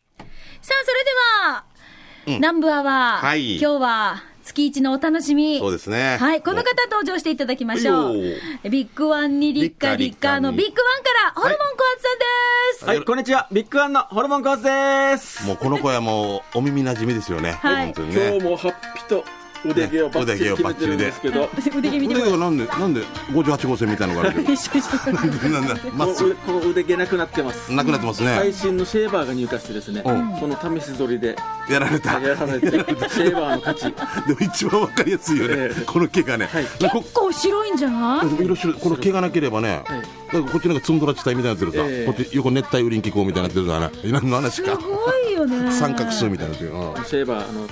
さあ、それでは、南部アワー、はい今日は月一のお楽しみ。そうですねはい、この方登場していただきましょうはいよ。ビッグワンにリッカリッカのビッグワンから、ホルモン小松さんです。はい、こんにちは。ビッグワンのホルモンコースです。もうこの声はもうお耳なじみですよね、はい本当に今ね日もハッピと腕毛をバッチリ決めてるんですけど、腕毛見てもら腕がなんでなんで58号線みたいなのがあるけ一緒一緒 どなんだまもっうすぐこの腕毛なくなってます。なくなってます最ね新のシェーバーが入荷してですね、うんその試し撮りでやられたやでら れて、シェーバーの勝ち。も一番わかりやすいよねええこの毛がねはいなんかこ結構白いんじゃない色白いこの毛がなければねはいなんかこっちなんかツンドラ地帯みたいになってるさ、ええこっち横熱帯雨林気候みたいになってるからね何の話すかごいよね。三角州みたいになってるうんシェーバー、あの、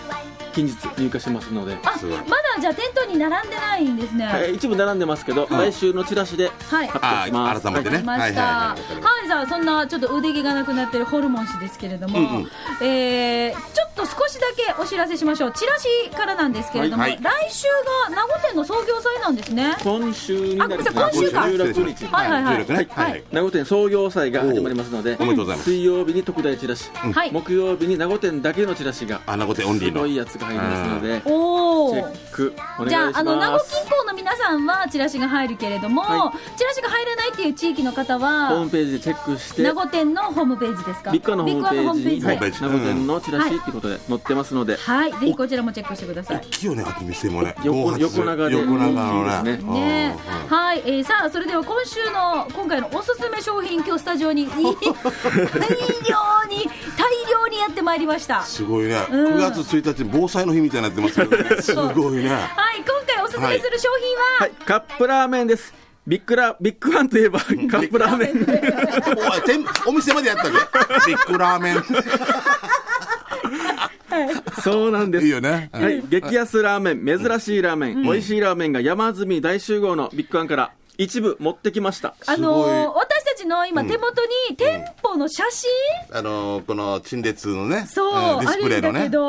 近日入荷しますので、あ、すごいまだじゃあ店頭に並んでないんですね。はい一部並んでますけど、来週のチラシではい。発あ表しまあす。改めわてかねりました。ははいはいはいわかりましい、たじゃあそんなちょっと腕毛がなくなってるホルモン氏ですけれども、うんうんえーちょっと少しだけお知らせしましょう。チラシからなんですけれども、はいはい来週が名護店の創業祭なんですね。今週になりますあ今週か16日。はいはいはい16ねはいはい名護店創業祭が始まりますので、おおめでとうございます水曜日に特大チラシ、はい。木曜日に名護店だけのチラシが、穴子店オンリーすのごいやつが入りますので、おチェお。ックお願いします。じゃああの名護近郊の皆さんはチラシが入るけれども、はチラシが入らないっていう地域の方ホーはムページでチェックして、名護店のホームページですかビッグワンのホームページに、ビッグはワいンのホームペーペー名ジ護店のチラシってことで載ってますので、ジはい、ぜひこちらもチェックしてください大きいよねあと店もね横58横長で横長のいねいですねうんうんはい、えーさあそれでは今週の今回のおすすめ商品今日スタジオ にいい大量に大量にやってまいりましたすごいね、うん9月1日防災の日みたいになってますけ ど、ね、すごいねはい今回おすすめする商はい、カップラーメンです。ビッグラ、ビッグワンといえば、カップラーメン。おい店お店までやったっけ ビッグラーメンそうなんです。いいよね、はい、激安ラーメン、珍しいラーメン、美味しいラーメンが山積み大集合のビッグワンから一部持ってきました。品はあすごいのー私たちの今手元に店舗の写真、あのーこの陳列のねそう、んディあスプレるイんのだねけど、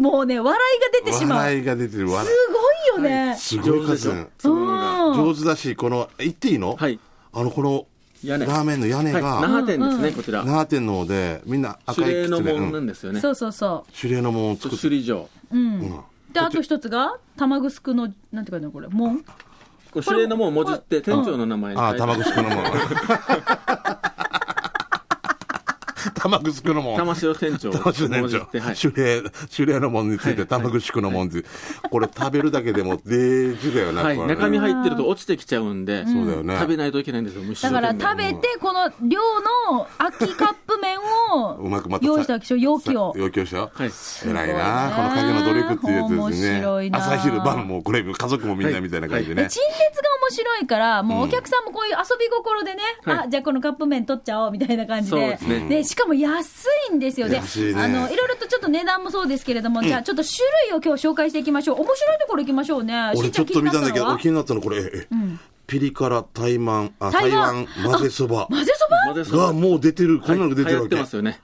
もうね笑いが出てしうん、まう笑いが出てる笑すごいよね、いすごい数上手でしょう上ん手だしこの言っていいの、はいあのこの屋根ラーメンの屋根が、はい、那覇店ですね、こちら。那覇店の方でみんな赤い手靴礼でのう門なんんですよね。そうそうそ手礼の門をち作っょっとて、首里城。ううんうんであと一つが玉城のなんていうかなこれ門これ指令の門をもじって店長の名前にあ書いあて玉城のもん玉城のもん 玉城店長を玉城も店じっ長て、はい。手礼手礼のもんについて玉城のもんってこれ食べるだけでもデージだよなはい、これね中身入ってると落ちてきちゃうんで、そうだよね食べないといけないんですよ、虫だから食べて、この量の空きカップ麺を うまくまたさ用意したわけでしょ、容器をさ。要求したよは偉い、いすなごこいのね影の努力っていうやつです面白いねな朝昼晩もこれ家族もみんなみたいな感じでね、で陳列が面白いから、もうお客さんもこういう遊び心でね、はいあじゃあこのカップ麺取っちゃおうみたいな感じそうで、ですねしかも安いんですよね安いねあのいろいろとちょっと値段もそうですけれども、じゃあちょっと種類を今日紹介していきましょう、面白いところいきましょうね、し俺んちょっ気とにな見たっんだけどのは気になったのこれ、えピリ辛台湾あ台台湾湾混ぜそば混ぜそば混ぜそばがもう出てるこんなのが出て流る行わってけ、ますよね。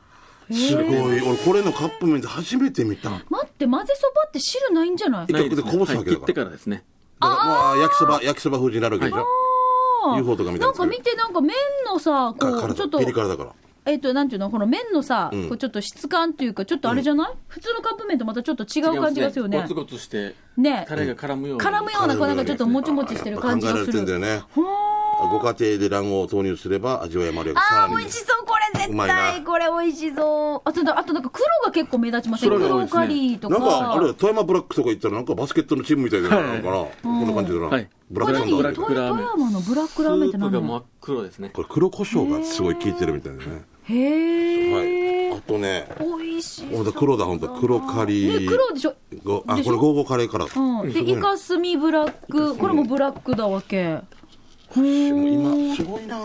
すごい俺これのカップ麺って初めて見た待って、混ぜそばって汁ないんじゃない一ない角でですねこぼすはわいけだか切っらてからですね。だからまあ焼きそば焼きそば風になるわけでしょ、はいあー UFO とかみなたいなやんつか見て、なんか麺のさ、こあうちょっとピリ辛だからえっ、と、なんていうの、この麺のさ、んこうちょっと質感というか、ちょっとあれじゃない、普通のカップ麺とまたちょっと違う感じがするよねゴ。ツゴツして、ねタレが絡むような。絡むような、こうなんかちょっともちもちしてる感じがやっすぱ考えられてんだよる。ねほーご家庭で卵黄を投入すれば味わいまろやかあさー、ら美に味しそう、これう絶まいな対、これ美味しそう。あとな、あとなんか黒が結構目立ちません黒が多黒いですねカリーとなか。んかあれ富山ブラックとか行ったらなんかバスケットのチームみたいじゃないのかな、こんな感じだな、はいブラこッれクサンダ何富ーブラックラーメン山のブラックスラーメンってープ何がな真っの黒ですね。これ黒胡椒がすごい効いてるみたいだね、へはいーあ。とね美味しい。ほんと黒だほんと黒カリーね、黒でしょ。ごあでしこょれゴーゴーカレーから、うん。すで、ごいイカスミブラック、これもブラックだわけ。へーもう今すごいな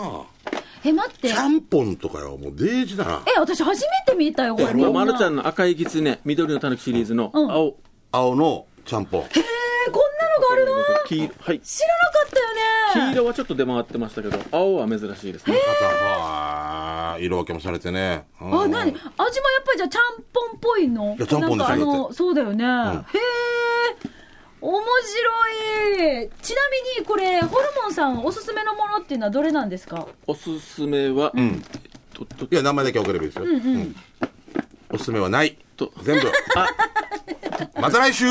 え、待って。ちゃんぽんとかよもうデージだなえ、私初めて見たよ、これ。まあ、みんなまるちゃんの赤いキツネ、緑のタヌキシリーズのうん青、青のちゃんぽんえーこんなのがあるの黄色、はい。知らなかったよ黄ね。色はちょっと出回ってましたけど、青は珍しいですね。または色分けもされてね、うんあ、なに味もやっぱりじゃあちゃんぽんっぽいのいやちゃんぽんでなすよかあだっの、そうだよね。へえ。面白いちなみにこれホルモンさんおすすめのものっていうのはどれなんですかおすすめは、んとといや名前だけ分かればいいですよ、うんおすすめはないと。全部。 また 来週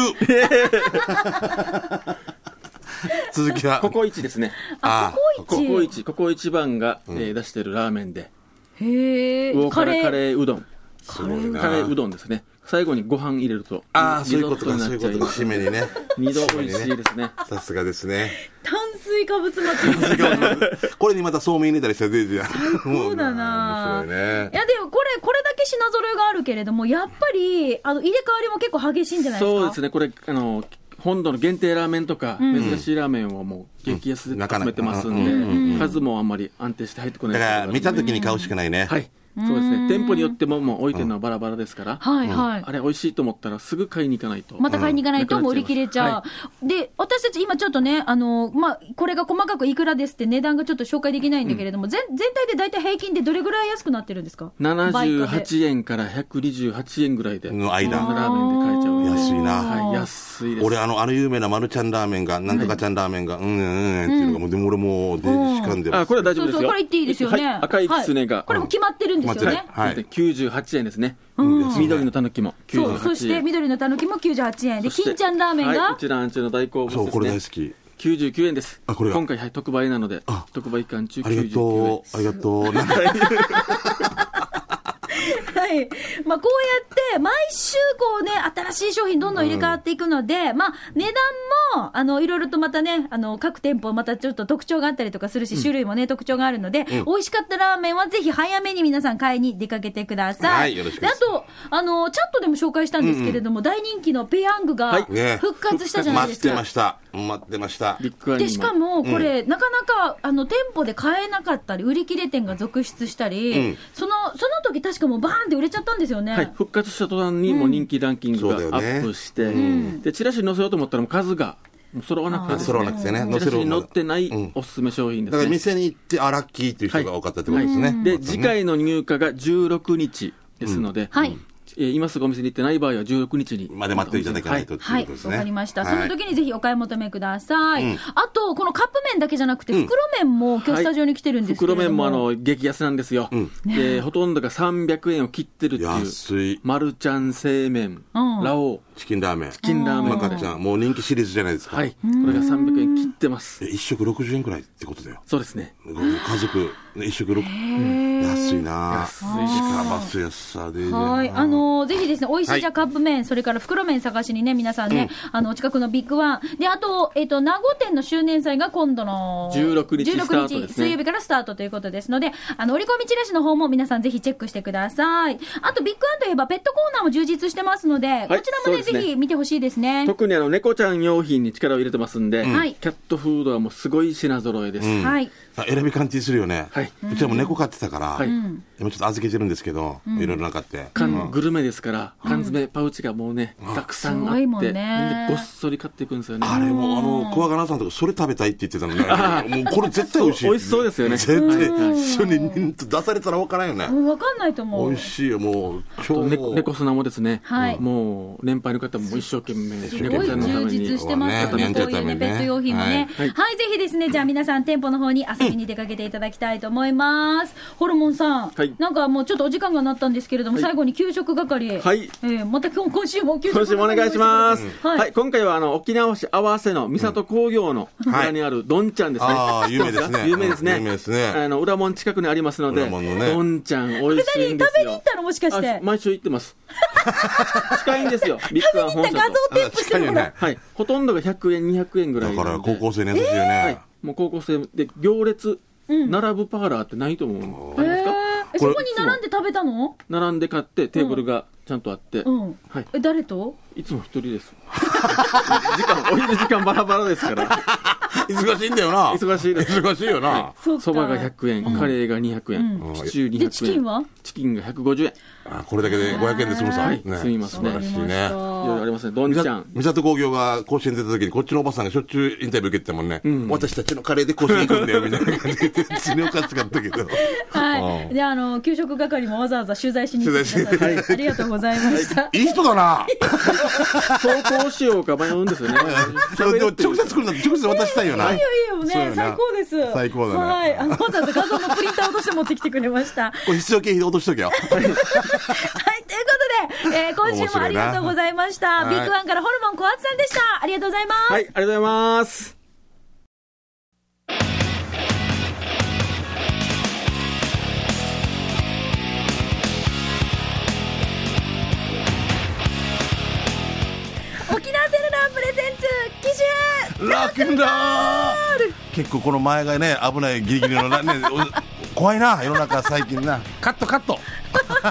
続きは。ココイチですね。ああココ コイチコイチ、ココイチ番が、えー出してるラーメンで、へ魚えカカレー、カレーレーうどん。すごいなカレーうどんですね。最後にご飯入れると。ああ、そういうことリか、ゾそういッうトことにか。なっちゃ締めにね。二度美味しいですね。さすがですね。炭水化物祭りですねこれにまたそうめん入れたりしたら出てじゃん。そうだなもう面白いいね。やでもこれこれだけ品揃えがあるけれどもやっぱりあの入れ替わりも結構激しいんじゃないですかそうですね、これ、あの、本土の限定ラーメンとか、ん珍しいラーメンをもう激安でなか集なかめてますうんんで、数もあんまり安定して入ってこないだから、見たと時に買うしかないね。はい。そうですね。店舗によってももう置いてるのはバラバラですから、はいはい、あれ美味しいと思ったらすぐ買いに行かないと。また買いに行かないとうんもう売り切れちゃう、はで私たち今ちょっとねあの、まあ、これが細かくいくらですって値段がちょっと紹介できないんだけれども、全全体で大体平均でどれぐらい安くなってるんですか78円から128円ぐらいで、ラーメンでの間。買えちゃうんで。安いなはい、安いです。俺、あの、あの有名なマルちゃんラーメンが、なんとかちゃんラーメンが、うんうんうんっていうのが、もうでも俺もう、で、しかんでまあ、すこれは大丈夫そでうすそよ。うこれ言っていいですよね、は赤いキツネが。はいこれも決まってるんですよね、はいはい98円ですね。うん安いね緑のたぬきも98そう円。そして緑のたぬきも98円でそして金ちゃんラーメンが、はい、うちらんちゅの大好物ですそね。う、これ大好き。 99円です。あこれが今回、はい、特売なのであ、特売期間中ありが99円と。う、ありがとう。なんかはい。まあ、こうやって、毎週こうね、新しい商品どんどん入れ替わっていくので、まあ、値段も、あの、いろいろとまたね、あの、各店舗またちょっと特徴があったりとかするし、種類もね、特徴があるので、美味しかったラーメンはぜひ早めに皆さん買いに出かけてください。はいよろしくでであすと、あの、チャットでも紹介したんですけれども、大人気のペヤングはがいね復活したじゃない待でっすてかま。した。待ってました。ビッグアニでマルしかもこれ、なかなかあの店舗で買えなかったり、売り切れ店が続出したり、うんそのその時確かもうバーンって売れちゃったんですよね。はい、復活した途端にもう人気ランキングがそうだアよねップして、でチラシに載せようと思ったらもう数がもう揃わなくて、揃わなくてねチラシに載ってなういんおすすめ商品でだかすらね。店に行って、あ、ラッキーっていう人が多かったってことですはいね。で、次回の入荷が16日ですので、はいえー今すぐお店に行ってない場合は16日に。まで待っていただかないとはってはいうい、ことわですね。かりました。はいその時にぜひお買い求めください。うんあと、このカップ麺だけじゃなくて、袋麺も今日スタジオに来てるんですけれど袋も。麺もあの激安なんですよ、んでほとんどが300円を切ってるっていう安いマルちゃん製麺、うんラオウチキンラーメン。チ金ラーメンまかっちゃん、もう人気シリーズじゃないですか。はいこれが300円切ってますえ一食60円くらいってことだよ。そうですねご家族、ね一食6、うん安いな安いですしかも安安さでね。はい、あのーぜひですね、美味しはいいじゃカップ麺、それから袋麺探しにね、皆さんね、あの、お近くのビッグワン。で、あと、えっ、と、名護店の周年祭が今度の16日スタート16で日すね水曜日からスタートということですので、あの、折り込みチラシの方も皆さんぜひチェックしてください。あと、ビッグワンといえばペットコーナーも充実してますので、こちらもそうね、ですぜねひ見てほしいですね。特にあの猫ちゃん用品に力を入れてますんで、はいキャットフードはもうすごい品揃えです、うんはい。あ選び勘違いするよね。はい。うちらも猫飼ってたから、はい今ちょっと預けてるんですけど、いろいろなかって。缶グルメですから缶詰パウチがもうね、たくさんあすごっいてもんねみんなごっそり買っていくんですよねあれも、あの、小魚さんとか、それ食べたいって言ってたのね。もうこれ絶対美味しい。そう美味しそうですよね絶対、うん一緒に出されたら分からんよねう。んわかんないと思う。美味しいよ、もう、今日あとも猫猫砂もですね、はいもう年配の方も一生懸命懸す命ご猫いちゃんのた充めに実してますね、ねこういうね、ペット用品もね。は、はいいぜひですね、じゃあ皆さん店舗の方に遊びに出かけていただきたいと思います。ホルモンさん、はいなんかもうちょっとお時間がなったんですけれども、はい最後に給食係。はいえーまた今日今週も給食今週もお願いします。は。はいい、今回はあの沖縄市合わせの三郷工業のんはい裏にあるどんちゃんですね。ああ有名ですね有名ですね。有名ですねあの裏門近くにありますので、裏門のねどんちゃん美味しいんですよ。食べに行ったのもしかしてあ毎週行って ます。近いんですよ。ビッグワン行本った社画像と。テープしてるほあ確かにねら。 はい、ほとんどが100円200円ぐらだいかならんで高校生の優しいよはいね。、もう高校生で行列並ぶパーラーってないと思う。ありますか？えーえこそれこに並んで食べたの並んで買ってテーブルがちゃんとあって、うん。はいえ、誰といつも一人です。 時間、お昼時間バラバラですから。忙しいんだよな。忙しいです忙しいよな。そうかそばが100円、カレーが200円、うんシチュー200円。で、チキンはチキンが150円。あこれだけで500円で済むさ。はい済みますね素晴らしいわね。いろいろあかりますね。どん三ち郷 ゃん。三郷工業が甲子園出た時にこっちのおばさんがしょっちゅうインタビュー受けてたもんね。私たちのカレーで甲子園行くんだよ、みたいな感じで。死におかしかったけ ど。りましたはい。で、あの、給食係もわざわざ取材しに来てくださ取い材て。ありがとうございました。いい人だな。投稿しようか迷うんですよね。でも直接来るんだって直接渡したいよな。いいよいいよそうやねな最高です最高だねはい あのわざわざ画像のプリンターを落として持ってきてくれましたはいこれ必要経費で落としとけよ。ということで 今週もありがとうございました。面白ビいなッグワンからホルモン小松さんでした。ありがとうございます。はい、ありがとうございます。沖縄セルラープレゼンツ、機種ラックンロール結構この前がね危ないギリギリのな、ね、お怖いな世の中最近なカットカットこのコーナ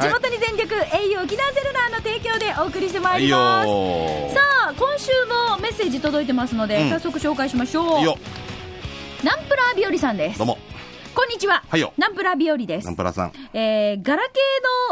ーは地元に全力、au 沖縄セルラーの提供でお送りしてまいいいりよます。ーさあ今週もメッセージ届いてますので、うん早速紹介しましょういいよナンプラー日和さんですどうもこんにちは、はいよナンプラー日和でナすンプラーさんえー、ガラケ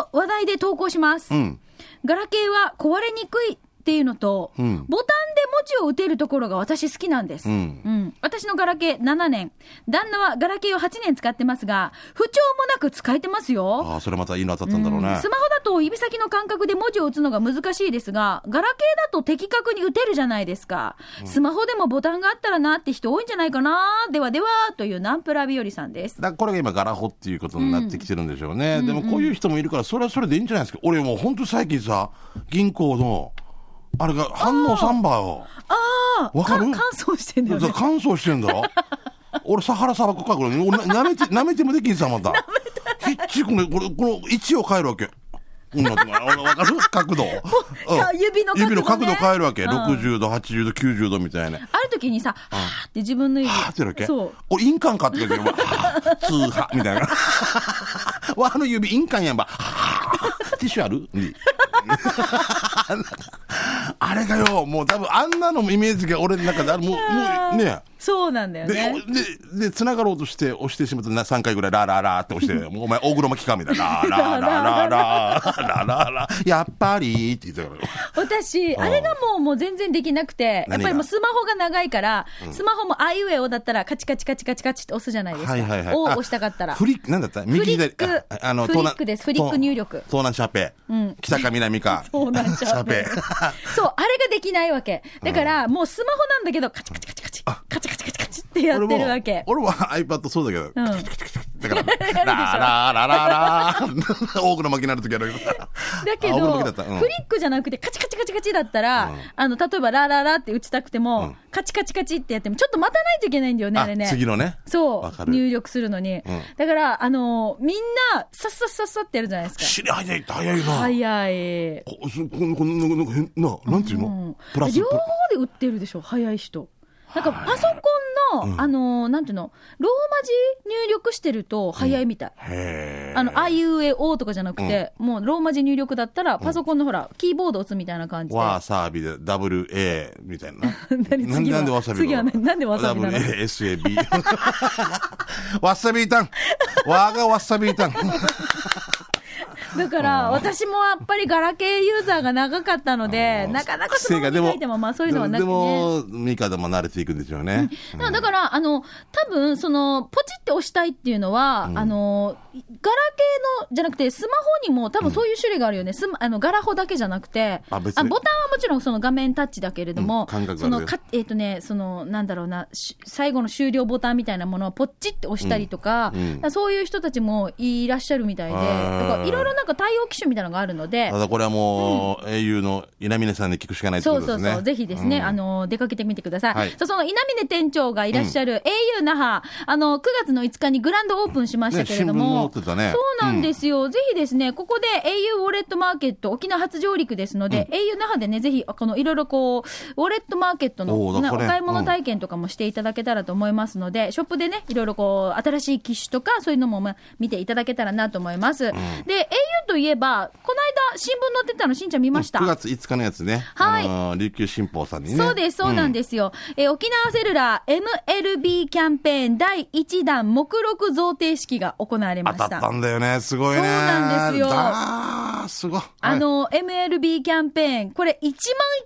ーの話題で投稿します、うんガラケーは壊れにくいっていうのと、うんボタンで文字を打てるところが私好きなんです、うん私のガラケー7年旦那はガラケーを8年使ってますが不調もなく使えてますよああそれまたいいの当たったんだろううねんスマホだと指先の感覚で文字を打つのが難しいですが、ガラケーだと的確に打てるじゃないですか。スマホでもボタンがあったらなって人多いんじゃないかな。ではでは、というナンプラ日和さんです。だからこれが今ガラホっていうことになってきてるんでしょうね、でもこういう人もいるからそれはそれでいいんじゃないですか俺もう本当最近さ銀行のあれが反応サンバをああ、わかる乾燥してんだよね。乾燥して んだろ俺サハラ砂漠かこれ俺な舐めて舐めてもできんさまたひっちこのこれこの位置を変えるわけうん、わか る角度、かうん指の角度ね指の角度変えるわけ、うん60度80度90度みたいなある時にさ、はーって自分の指。はーってやるわけそう。お印鑑かって言うけど、まあ、通販みたいな。わあの指印鑑やんば。はーティッシュあるに あれがよ、もう多分あんなのイメージが俺の中である。もう、もうね。そうなんだよで、ね。で、で、繋がろうとして押してしまったな、3回ぐらい、ラーラーラーって押 して、もうお前大黒巻きかみたいな、ラーラーラーラー、ラーラーラー、やっぱりって言ってたから。私、んあれがもう、もう全然できなくて、やっ何ぱがりもうスマホが長いから、スマホもアイウェオだったらカチカチカチカチカチって押すじゃないですか。はいはいはい。をあ押したかったら。フリック、なんだったフ右リ左ッ。クあ、あの、フリックです。フリック入力。東南シャペ、ん北か南か そうなんちゃうペそう、あれができないわけ。だから、もうスマホなんだけど、カチカチカチカチ、カチカチカチカチってやってるわけ。俺も俺は iPad そうだけど、うん。だからララララ ラ多くの負けになる時あるけどだけあ俺ど、もだったうんフリックじゃなくて、カチカチカチカチだったら、あの、例えば、ラーラーラーって打ちたくても、カチカチカチってやっても、ちょっと待たないといけないんだよね、あれね。あ次のねそわかう、る入力するのに。だから、あのーみんな、さっさっさっさってやるじゃないです知り合いで早いか。な、早い。こすこのこのなんか変ななんていうの、うんプラスプ両ラ方で売ってるでしょ、早い人。なんかパソコンの、あのーなんていうの、ローマ字入力してると早いみたい。へーあの、あいうえおとかじゃなくて、もうローマ字入力だったら、パソコンのほら、キーボード打つみたいな感じで。わさびで WA みたいな 何なん次はなんでわさび次は何なんでわさびなの WASAB わさびいたんわがわさびいたんだから、私もやっぱりガラケーユーザーが長かったので、なかなかそのまま書いても、まあそういうのはなくでてね。も、ミカでも慣れていくんでしょうね。だからだから、あの、多分その、ポチって押したいっていうのは、あの、ガラケーの、じゃなくて、スマホにも多分そういう種類があるよね。スマあの、ガラホだけじゃなくて、あ別にボタンはもちろんその画面タッチだけれども、うん感覚そがあるの、かえっ、とね、その、なんだろうな、し最後の終了ボタンみたいなものをポチって押したりとか、うんうだんからそういう人たちもいらっしゃるみたいで、だあーからいろいろなんか対応機種みたいなのがあるのでた、だこれはもう、英雄の稲峰さんに聞くしかないってそこうとそでうすね。そう、ぜひですね、うんあの、出かけてみてください。はいそうその稲峰店長がいらっしゃる au 那覇、あの、9月の5日にグランドオープンしましたけれどね新聞も、も載ってたねそうなんですよ、ぜひですね、ここで au ウォレットマーケット、沖縄初上陸ですので、au 那覇でね、ぜひ、このいろいろこう、ウォレットマーケットおのーだなこおれ買い物体験とかもしていただけたらと思いますので、ショップでね、いろいろこう、新しい機種とか、そういうのもまあ見ていただけたらなと思います。で、au といえば、この間、新聞載ってたの、しんちゃん見ました9月5日のやつね。はいあのー琉球新報さんにね。そうです、そうなんですよ。えー沖縄セルラー MLB キャンペーン第1弾目録贈呈式が行われまし当た。たったんだよね。すごいね。そうなんですよだーすごい。あの、MLB キャンペーン、これ1万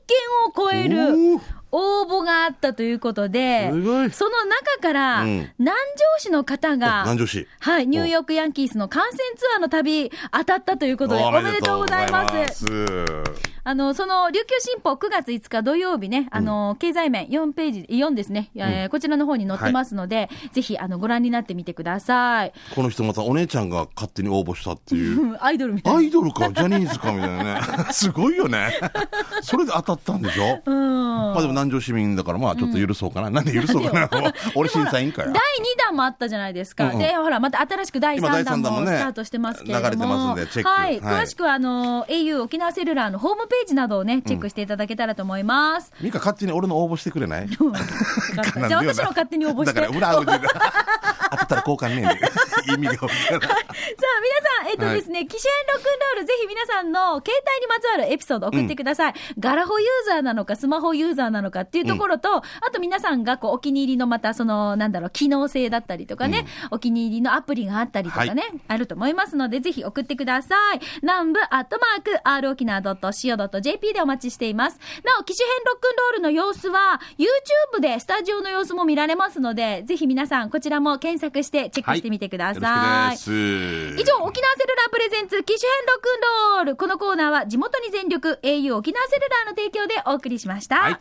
件を超えるおー応募があったということで、すごいその中から、うん南城市の方が、南城市はい、ニューヨークヤンキースの観戦ツアーの旅、当たったということで、おめでとうございます。おめでとうございますあの、その、琉球新報9月5日土曜日ね、あの、経済面4ページ、4ですね、えーこちらの方に載ってますので、ぜひ、あの、ご覧になってみてください。この人またお姉ちゃんが勝手に応募したっていう。 うんアイドルみたいアな。イドルか、ジャニーズかみたいなね。 すごいよね。それで当たったんでしょうん。まあでも南城市民だからまあちょっと許そうかな。なんで許そうかな。俺審査委員会第2。や弾もあったじゃないですか、うんうんでほら、また新しく第今第3弾三弾ももスねタートしてますけれども、流れてますんでチェックはい、はい詳しくはあの au 沖縄セルラーのホームページなどをね、チェックしていただけたらと思います。ミカ勝手に俺の応募してく れない じゃあ、私の勝手に応募して、だから裏打 ちで当たったら交換ねえね 意味がわからないさあ、皆さん、えっ、とですね、機種変ロックンロール、ぜひ皆さんの携帯にまつわるエピソード送ってください。ガラホユーザーなのか、スマホユーザーなのかっていうところと、あと皆さんがこうお気に入りのまた、その、なんだろう、機能性だったりとかね、お気に入りのアプリがあったりとかね、あると思いますので、ぜひ送ってください。南部アットマーク、r 沖縄 .co.jp でお待ちしています。なお、機種変ロックンロールの様子は、YouTube でスタジオの様子も見られますので、ぜひ皆さん、こちらも検索してチェックしてみてください。よろしくです以上、沖縄セルラープレゼンツ、機種編ロックンロール。このコーナーは地元に全力、au 沖縄セルラーの提供でお送りしました。はいさあ、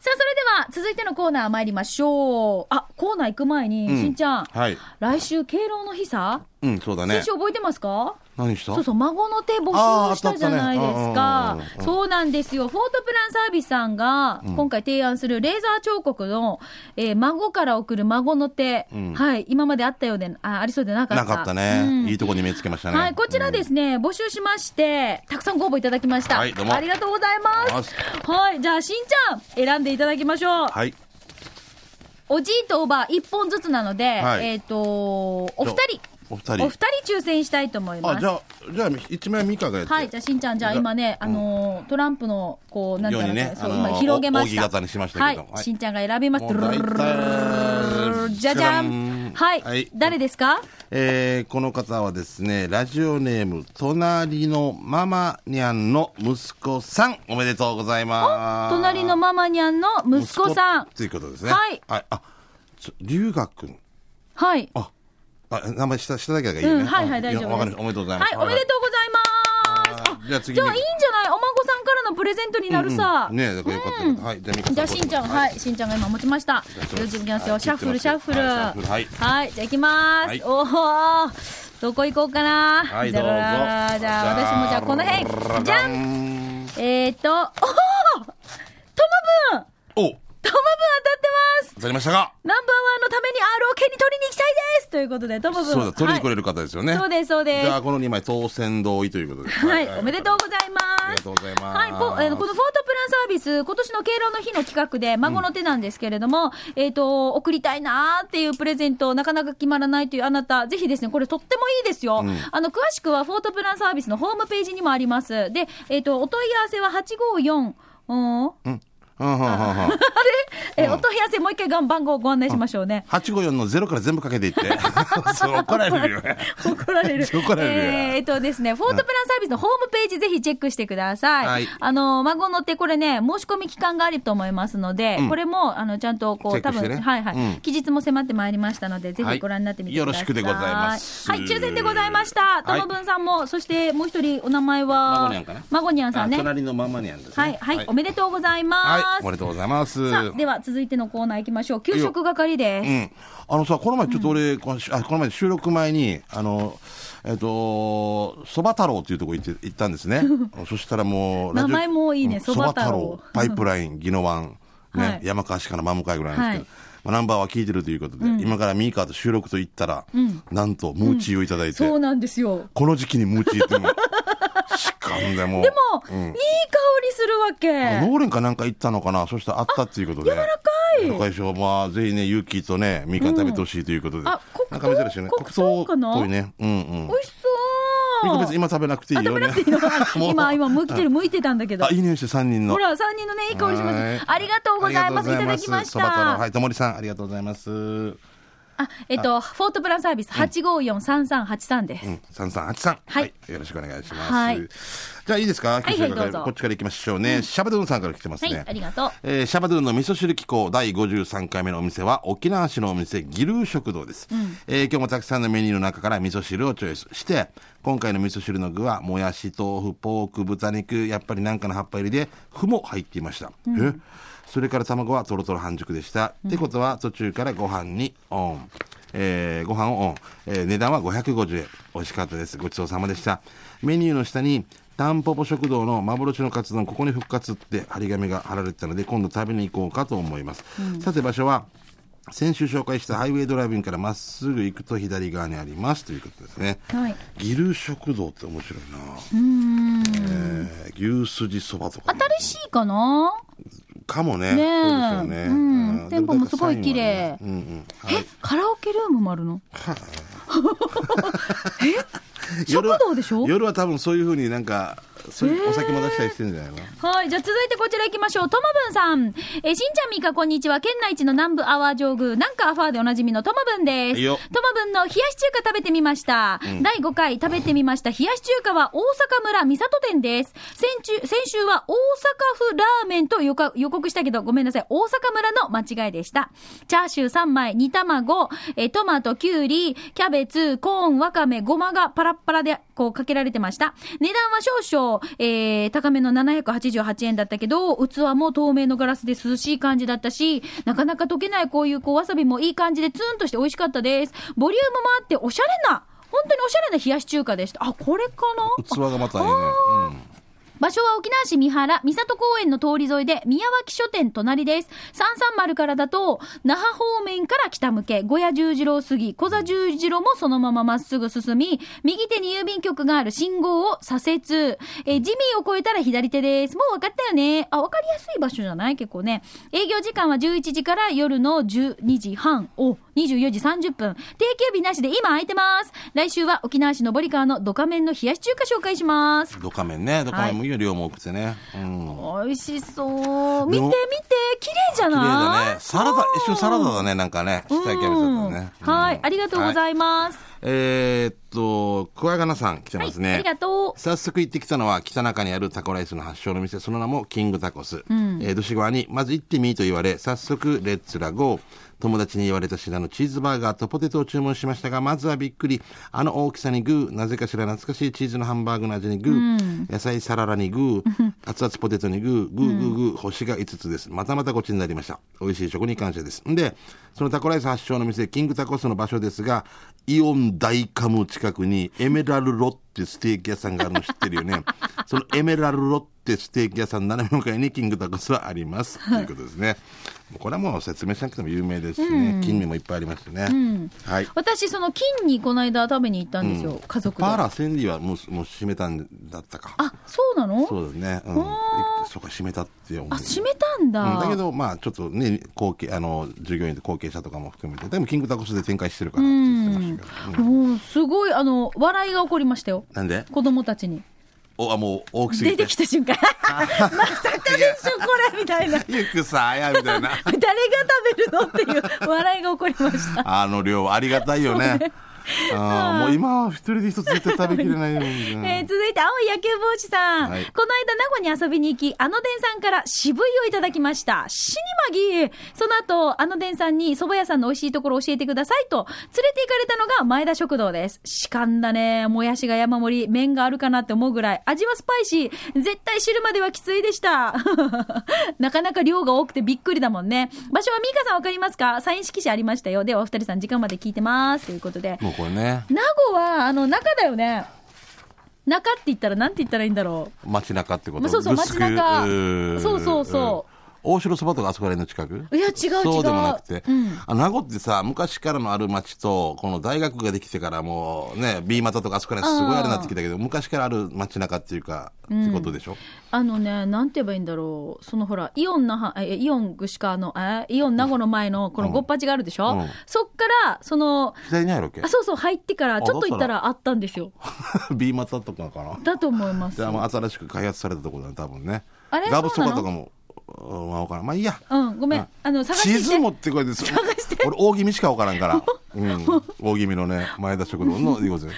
それでは続いてのコーナー参りましょう。あ、コーナー行く前に、うんしんちゃん。はい来週、敬老の日さ、うんそうだね先週覚えてますか何したそうそう、孫の手募集をしたじゃないですあーあったあかったねうんうんうん。うんそうなんですよ。フォートプランサービスさんが、今回提案するレーザー彫刻の、えー孫から送る孫の手、んはい、今まであったようで、あありそうでなかった。なかったうんねいいとこに目つけましたねはい、こちらですね、募集しまして、たくさんご応募いただきました。はいどうもありがとうございまますす。はい、じゃあ、しんちゃん、選んでいただきましょう。うんはいおじいとおばあ、一本ずつなので、はいえっ、と、お二人、お二お人二人抽選したいと思います。あじゃあじゃあ一枚ミカがやってはい、じゃあ、しんちゃん、じゃあ、じゃあ今ね、あうんのートランプの、こう、なんていうのかようにねそう、あのー今広げました。お扇形にしましたけどはい、はいしんちゃんが選びましもう大た。体じゃじゃん。知らんはい、はい誰ですかえーこの方はですね、ラジオネーム、隣のママニャンの息子さん、おめでとうございます。隣のママニャンの息子さん。ということですね。はいあ、ちょ龍河くん。はい。あ、あ名前下、下だけがいいよね。うん、はいはあい、大丈やわ夫かで。りますしたおめでとうございます。はい、おめでとうございます。はいはいじゃあ次にじゃあ、いいんじゃないお孫さんからのプレゼントになるさ。うんねえだからよかったよかったはいじゃあミカさんじゃあ、しんちゃん、ははいい、しんちゃんが今持ちました。よろしくお願いしますよ。はいシャッフル、シャッフル。はいシャッフルはいはい、じゃあ、行きます。はいおー、どこ行こうかな。はい、じどゃうぞ。ららじゃあ、私もじゃあ、この辺。じゃん。ん。えーっと、おーともぶんともぶん当たってお、ます当たりましたかナンバーワンのために ROK に取りに行きたいですということで、ともぶん。そうだ、取りに来はいれる方ですよね。そうです、そうです。じゃあ、この2枚当選同意ということで。はい、おめでとうございます。ありがとうございますはい、ポえーこのフォートプランサービス、今年の敬老の日の企画で、孫の手なんですけれども、えっ、と、送りたいなーっていうプレゼント、なかなか決まらないというあなた、ぜひですね、これとってもいいですよ。あの、詳しくはフォートプランサービスのホームページにもあります。で、えっ、と、お問い合わせは854、うん、うんうんうん うん。えお問い合わせもう一回がん番号をご案内しましょうね。 854の0から全部かけてい って。そう怒られるよね。 怒られる。 怒られるよえーっとですね、フォートプランサービスのホームページぜひチェックしてください。はいあの、孫の手これね、申し込み期間があると思いますので、これも、あの、ちゃんとこチう、ェッ多クして分、ねはいはい、うん期日も迫ってまいりましたので、ぜはひいご覧になってみてください。よろしくでございますはい、抽選でございました。とはいもぶんさんも、そしてもう一人お名前は、孫にゃんかな孫にゃんさんね。あ隣のママニャンですね。はい、はい、おめでとうございます。はい、おめでとうございます。さあ、では続いてのコーナー行きましょう。給食係です。うん、あのさ、この前、ちょっと俺、このあこの前収録前に、あの、えっ、と、そば太郎っていうとこ行って行ったんです ね。そしたらもう、ラジオ名前もいいねうんそば太郎そばパイプライン、宜野湾、ね、はい山川市から真向かいぐらいなんですけど。はまあ、ナンバーは聞いてるということで、今からミーカーと収録と行ったら、なんとムーチーをいただいて、そうなんですよ。この時期にムーチーってもうしかんでもうでも、うんいい香りするわけ。農連かなんか行ったのかなそしたらあったっていうことで。柔らかいい。でしょまあ、ぜひね、ユキとね、みかん食べてほしいということで。んあ黒糖なんか珍しいね。黒糖かな黒糖っぽいね。うんうん。美味しそう。みかん別に今食べなくていいよね。 もう今、今、向いてる、向いてたんだけど。あ、いい匂いして三人の。ほら、三人のね、いい香りしまはすい。ありがとうございます。いただきましそば太郎た。はい、ともりさん、ありがとうございます。あ、えっと、フォートプランサービス8543383です。うん、三三八三。はいよろしくお願いします。はいじゃあいいですはか。い九州からどうぞこっちから行きましょうね。シャバドゥンさんから来てますね。はいありがとうえーシャバドゥンの味噌汁機構第53回目のお店は沖縄市のお店ギルー食堂です、えー今日もたくさんのメニューの中から味噌汁をチョイスして今回の味噌汁の具はもやし豆腐ポーク豚肉やっぱりなんかの葉っぱ入りで麩も入っていました、えそれから卵はとろとろ半熟でした、ってことは途中からご飯にオンえーご飯をオン、えー値段は550円美味しかったですごちそうさまでしたメニューの下にタンポポ食堂の幻のカツ丼ここに復活って張り紙が貼られてたので今度食べに行こうかと思います、さて場所は先週紹介したハイウェイドライビングからまっすぐ行くと左側にありますということですね、はいギル食堂って面白いなえー牛すじそばとか新しいかなかもねねえそうですよね、うんう店舗もすごい綺麗でもなんかサインはねうんうんえ、カラオケルームもあるの夜は食堂でしょ夜は多分そういうふうになんかそういうお酒も出したりしてるんじゃないの、はい。じゃあ続いてこちら行きましょう。ともぶんさん。えー、しんちゃんみーかこんにちは。県内一の南部アワー上宮、なんかアファーでおなじみのともぶんです。いいよともぶんの冷やし中華食べてみました。第5回食べてみました。冷やし中華は大阪村三里店です。先週、先週は大阪府ラーメンと予告予告したけど、ごめんなさい。大阪村の間違いでした。チャーシュー3枚、煮卵、えートマト、きゅうり、キャベツ、コーン、わかめ、ごまがパラッパラでこうかけられてました。値段は少々、えー、高めの788円だったけど、器も透明のガラスで涼しい感じだったし、なかなか溶けないこういうこうわさびもいい感じでツーンとして美味しかったです。ボリュームもあっておしゃれな、本当におしゃれな冷やし中華でした。あ、これかな器がまたいいね、うん場所は沖縄市三原、三里公園の通り沿いで、宮脇書店隣です。330からだと、那覇方面から北向け、小屋十字路を過ぎ、小座十字路もそのまままっすぐ進み、右手に郵便局がある信号を左折。えー、地味を越えたら左手です。もう分かったよね。あ、分かりやすい場所じゃない結構ね。営業時間は11時から夜の12時半を、24時30分。定休日なしで今空いてます。来週は沖縄市のぼり川のドカメンの冷やし中華紹介します。ドカメンね。ドカメンもいいよ、量も多くてね。うん。美味しそう。見てで見もて、綺麗じゃ綺麗ないだね。サラダ、一瞬サラダだね、なんかね。下キャベツだったね。うんはい、ありがとうごます。ざいます。えーっと、桑がなさん来てはい、ますね。ありがとう。早速行ってきたのは北中にあるタコライスの発祥の店その名もキングタコス、えー、ドシゴアにまず行ってみーと言われ早速レッツラゴー友達に言われた品のチーズバーガーとポテトを注文しましたがまずはびっくりあの大きさにグーなぜかしら懐かしいチーズのハンバーグの味にグー、野菜サラダにグー熱々ポテトにグーグーグーグー星が5つですまたまたこっちになりました美味しい食に感謝ですんでそのタコライス発祥の店キングタコスの場所ですがイオン大カム近くにエメラルロっていうステーキ屋さんがあるの知ってるよ ね。そのエメラルロってステーキ屋さん斜め向かいにキングタコスはあります。ということですね。もうこれはもう説明しなくても有名ですしね。金目もいっぱいありますしね。はい。私、その金にこの間食べに行ったんですよ、家族で。パーあ、ラーセンディはもうもう閉めたんだったか。そうなのそうだね。うん。そうか、閉めたって思う。あ、閉めたんだ。うんだけど、まあ、ちょっとね、後継、あの、従業員で後継者とかも含めて、でも、キングタコスで展開してるからって言ってましたけど。うんもう、すごい、あの、笑いが起こりましたよ。なんで子供たちに。お、あ、もう、大きすぎ出て。てきた 瞬間、まさかでしょ、これ、みたいな。ゆくさあやみたいな。 誰が食べるのっていう笑いが起こりました。あの量、ありがたいよね。あーもう今は一人で一つ絶対食べきれないよみ たえいーな。続いて、青い野球帽子さん。はいこの間、名護に遊びに行き、あのでんさんから渋いをいただきました。死にまぎその後、あのでんさんに蕎麦屋さんの美味しいところを教えてくださいと、連れて行かれたのが前田食堂です。しかんだね。もやしが山盛り、麺があるかなって思うぐらい。味はスパイシー。絶対汁まではきついでした。 なかなか量が多くてびっくりだもんね。場所はミーカさんわかりますかサイン色紙ありましたよ。では、お二人さん時間まで聞いてます。ということで。もうこれね、名護は、あの、中だよね。中って言ったら、なんて言ったらいいんだろ街中ってこまとあそうそうグスク街中ーそうそうそう大城そばとかあそこら辺の近くいや違う違うそうでもなくて。うんあ名護ってさ、昔からのある町と、この大学ができてからもうね、B 股とかあそこら辺すごいあれになってきたけど、昔からある町中っていうか、ってことでしょう。あのね、なんて言えばいいんだろう。そのほら、イオン那覇、え、イオンぐしかの、え、イオン名護の前の、このうんごっぱちがあるでしょ、うんそっから、その、左にあるわけ あ、そうそう、入ってから、あちょっと行ったらあったんですよ。 ?B 股とかかなだと思います。 であの新しく開発されたところだね多分ねあれガブそそうばなのとかもまあ、わからん。まあいいや。うん、ごめん。あの、探して地きて。図持ってこいです。俺、大気味しかわから んから。うん。大気味のね、前田食堂の、いいこ大気とで。味もね、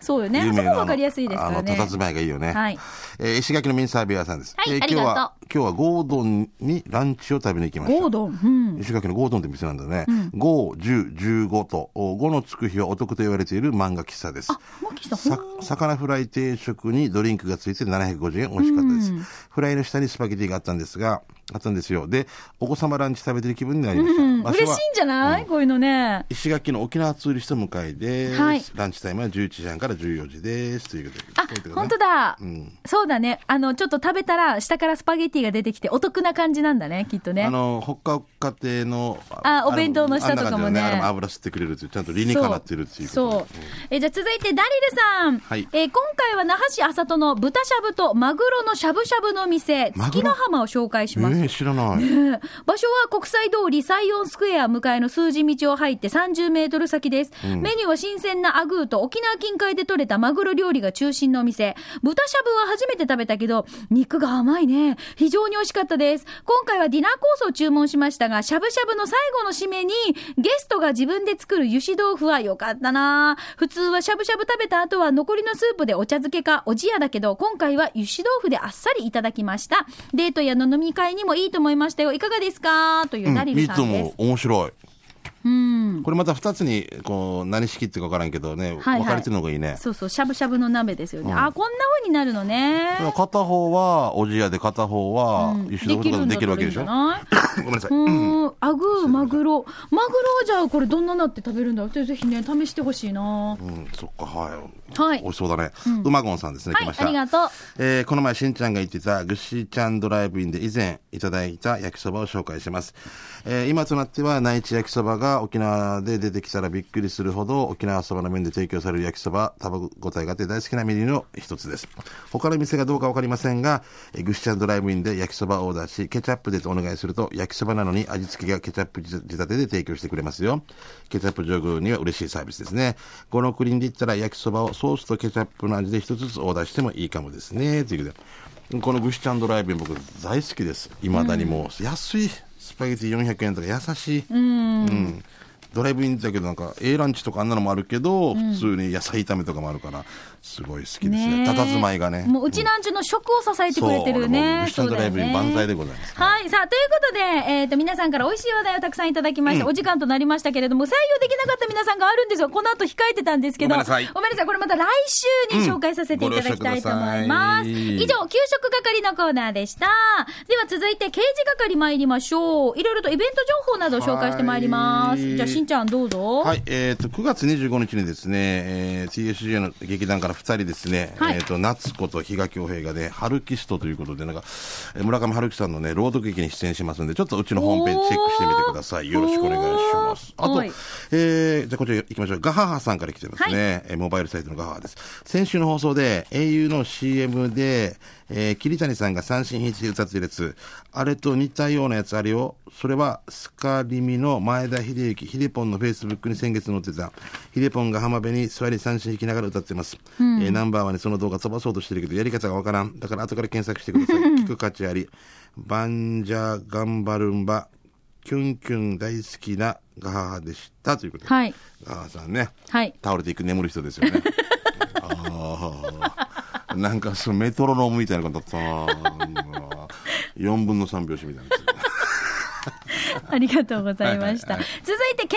そうよね。そこわかりやすいですからあの、ね。たたずまいがいいよね。はいえー石垣のミニサービアさんです。はいえーあ今り日がとうは、今日はゴードンにランチを食べに行きました。ゴードン。うん。石垣のゴードンって店なんだね。5、10、15と、お5のつく日はお得と言われている漫画喫茶です。マキさん、ほんさ魚フライ定食にドリンクがついて750円美味しかったです、フライの下にスパゲティがあったんですがあったんですよでお子様ランチ食べてる気分になりました、うん、場嬉所しいんはじゃない、こういうのね。石垣の沖縄ツーリスト向かいです、はいランチタイムは11時半から14時ですということであこういうことね、本当だ、んそうだね。あの、ちょっと食べたら、下からスパゲティが出てきて、お得な感じなんだね、きっとね。あの北海家庭のあお弁当のあ下んな感じとかもだねあれも油吸ってくれるというちゃんと理にかなってるっていうことそうでそうえじゃあ続いてダリルさん、はいえー今回は那覇市浅戸の豚しゃぶとマグロのしゃぶしゃぶの店マグ月ロヶ浜を紹介します、ええ知らない、場所は国際通りサイオンスクエア向かいの数字道を入って30メートル先です、メニューは新鮮なアグーと沖縄近海で採れたマグロ料理が中心のお店豚しゃぶは初めて食べたけど肉が甘いね非常に美味しかったです今回はディナーコースを注文しましたがしゃぶしゃぶの最後の締めにゲストが自分で作る油脂豆腐は良かったな普通はしゃぶしゃぶ食べた後は残りのスープでお茶漬けかおじやだけど今回は油脂豆腐であっさりいただきましたデートや飲み会にもいいと思いましたよいかがですかというダリいルいさとんです、思う面白いうんこれまた二つにこう何式っていうか分からんけどね、はい分かれてるのがいいねそうそうしゃぶしゃぶの鍋ですよね、あこんな風になるのねだから片方はおじやで片方はうん輸出とかでできるわけでしょ、んだったらいいんじゃないごめんなさい、うん、アグー、マグロ。マグロじゃあこれどんななって食べるんだろうってぜひね、試してほしいなうん、そっかはい、はい美味しそうだね、うまごんさんですね、は来いまし、たありがとう。えーこの前しんちゃんが言ってたぐっしーちゃんドライブインで以前いただいた焼きそばを紹介します、えー今となっては内地焼きそばが沖縄で出てきたらびっくりするほど沖縄そばの麺で提供される焼きそば食べ応えがあって大好きなメニューの一つです他の店がどうかわかりませんが、えー、ぐっしーちゃんドライブインで焼きそばをオーダーしケチャップでとお願いすると焼きそばなのに味付けがケチャップ仕立てで提供してくれますよケチャップ上空には嬉しいサービスですねこのクリーンで言ったら焼きそばをソースとケチャップの味で一つずつオーダーしてもいいかもですねということでこのグシちゃんドライブ僕大好きですいまだにもう安いスパゲティ400円とか優しいうんドライブインだけどなんか A ランチとかあんなのもあるけど、普通に野菜炒めとかもあるからすごい好きですねたたずまいがねもううちなんちゅの食を支えてくれてるね。そう俺もグシちゃんドライブに万歳でございございます、はい。さあ、ということで、えっ、と、皆さんから美味しい話題をたくさんいただきました。お時間となりましたけれども、採用できなかった皆さんがあるんですよ。この後控えてたんですけど。ごめんなさいごめんなさい。これまた来週に紹介させていただきたいと思います。うんご了承ください以上、給食係のコーナーでした。では続いて、刑事係参りましょう。いろいろとイベント情報などを紹介して参ります。はいじゃあ、しんちゃんどうぞ。はい、えっ、と、9月25日にですね、えー、TSJ の劇団から2人ですね、はいえっ、と、夏子と比嘉恭平がね、春キストということで、なんか、えー村上春樹さんのね、朗読劇に出演しますんで、ちょっとうちのホームページチェックしてみてください。よろしくお願いします。おあーとはい、えー、じゃあこちら行きましょう。ガハハさんから来てますね。えーモバイルサイトのガハハです。先週の放送で、au の CM で、えー、桐谷さんが三振必で歌ってるやつ、あれと似たようなやつあるよ。それは、スカリミの前田秀幸、ヒデポンのフェイスブックに先月載ってた、ヒデポンが浜辺に座り三振引きながら歌ってます。えーナンバーはね、その動画飛ばそうとしてるけど、やり方がわからん。だから後から検索してください。聞く価値あり。バンジャガンバルンバ、キュンキュン大好きなガハハでしたということで、はいガハハさんね、はい倒れていく眠る人ですよねああなんかそのメトロノームみたいなことだったな4分の3拍子みたいな ありがとうございました。続いて、ケンさんケン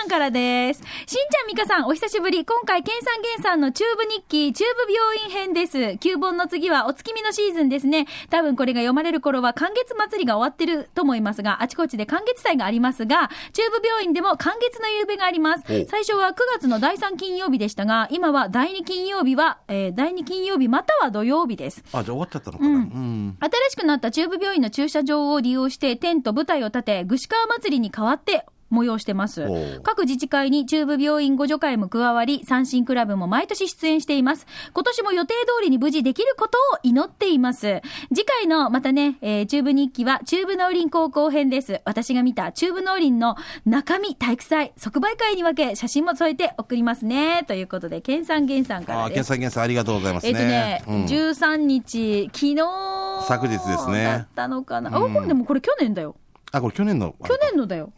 さんからです。しんちゃんみかさん、お久しぶり。今回、ケンさんケンさんのチューブ日記、チューブ病院編です。9本の次はお月見のシーズンですね。多分これが読まれる頃は、寒月祭りが終わってると思いますが、あちこちで寒月祭がありますが、チューブ病院でも寒月の夕べがありますお。最初は9月の第3金曜日でしたが、今は第2金曜日は、えー第2金曜日または土曜日です。あじゃあ終わっちゃったのかなうん、新しくなった中部病院の駐車場を利用してテント舞台を建て、ぐし川祭りに変わって、催してますおう。各自治会に中部病院互助会も加わり、三振クラブも毎年出演しています。今年も予定通りに無事できることを祈っています。次回のまたね、えー中部日記は中部農林高校編です。私が見た中部農林の中身体育祭、即売会に分け、写真も添えて送りますね。ということで、健さん健さんかあらあ、で検す。査検査ありがとうございますえっとねね。、うん13日、昨日昨昨日ですねだったのかな。あ、うんこれでもこれ去年だよ。あ、これ去年の。去年のだよ。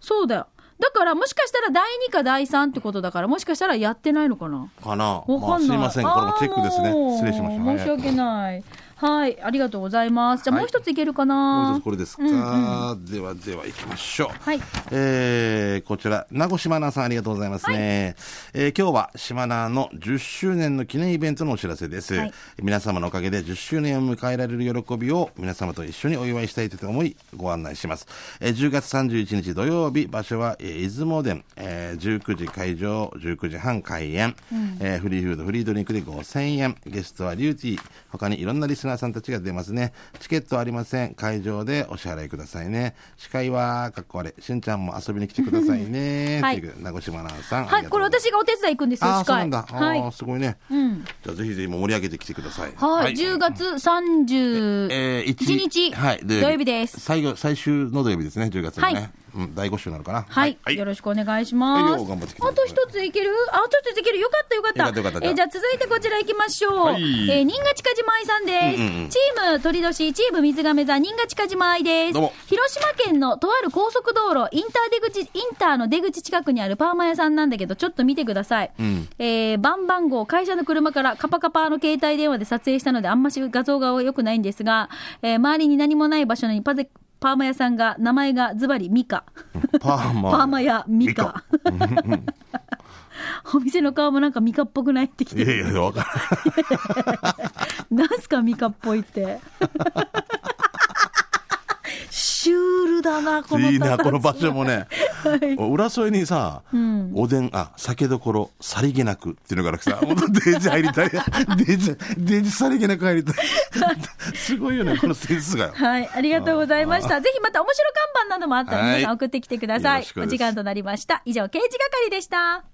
そうだよ。だから、もしかしたら第2か第3ってことだから、もしかしたらやってないのかな。かな。わまかあんすないい。ません。これもチェックですねあーも。う失礼しました。申し訳ない。はい、ありがとうございます。じゃあはいもう一ついけるかもう一なつ。これですか、ではでは行きましょう。はいえー、こちら、名越島奈さんありがとうございますね。えー今日は島奈の10周年の記念イベントのお知らせです。はい皆様のおかげで10周年を迎えられる喜びを皆様と一緒にお祝いしたいと思いご案内します。えー10月31日土曜日、場所は、えー出雲殿、えー19時会場、19時半開演、えーフリーフード、フリードリンクで5000円、ゲストはリューティー、他にいろんなリスナーさんたちが出ますね。チケットはありません。会場でお支払いくださいね。司会は、かっこ悪い。しんちゃんも遊びに来てくださいね。 はいということで名越真奈さん。はい、これ私がお手伝い行くんですよ、ありが司とうござい会。ますあー、そはいうなんだ。あー、。すごいね。うん。じゃあぜひぜひもう盛り上げてきてください。はい、10月31えー、一日、はい、土曜日です。最後、最終の土曜日ですね、10月のね。はいうん、第5週なのかな。はい、はい。よろしくお願いします。はいよう頑張ってきあてと一ついけるあ、ちょっといけるよかったよかった。よかったよかったえーじゃあ続いてこちらいきましょう。はいえー新賀近島愛さんです。うんうんうんチーム鳥年、チーム水亀座、新賀近島愛です。どうも広島県のとある高速道路、インター出口、インターの出口近くにあるパーマ屋さんなんだけど、ちょっと見てください。んえー番番号、会社の車からカパカパの携帯電話で撮影したので、あんまし画像が良くないんですが、えー周りに何もない場所にパゼ、パーマ屋さんが、名前がズバリミカ。パーマ。パーマやミカ。 お店の顔もなんかミカっぽくないってきいてやる。いや、わかる。なんすかミカっぽいって。シュールだな、このいいな、佇まこの場所もね。浦添にさ、おでん、あ、酒どころ、さりげなくっていうのがあるからさ、ほんとデージ入りたい。デージ、デージさりげなく入 りたい。すごいよね、このセンスがよ。はい、ありがとうございました。ぜひまた面白看板などもあったらはい皆さん送ってきてくださよろいし。くおです時間となりました。以上、刑事係でした。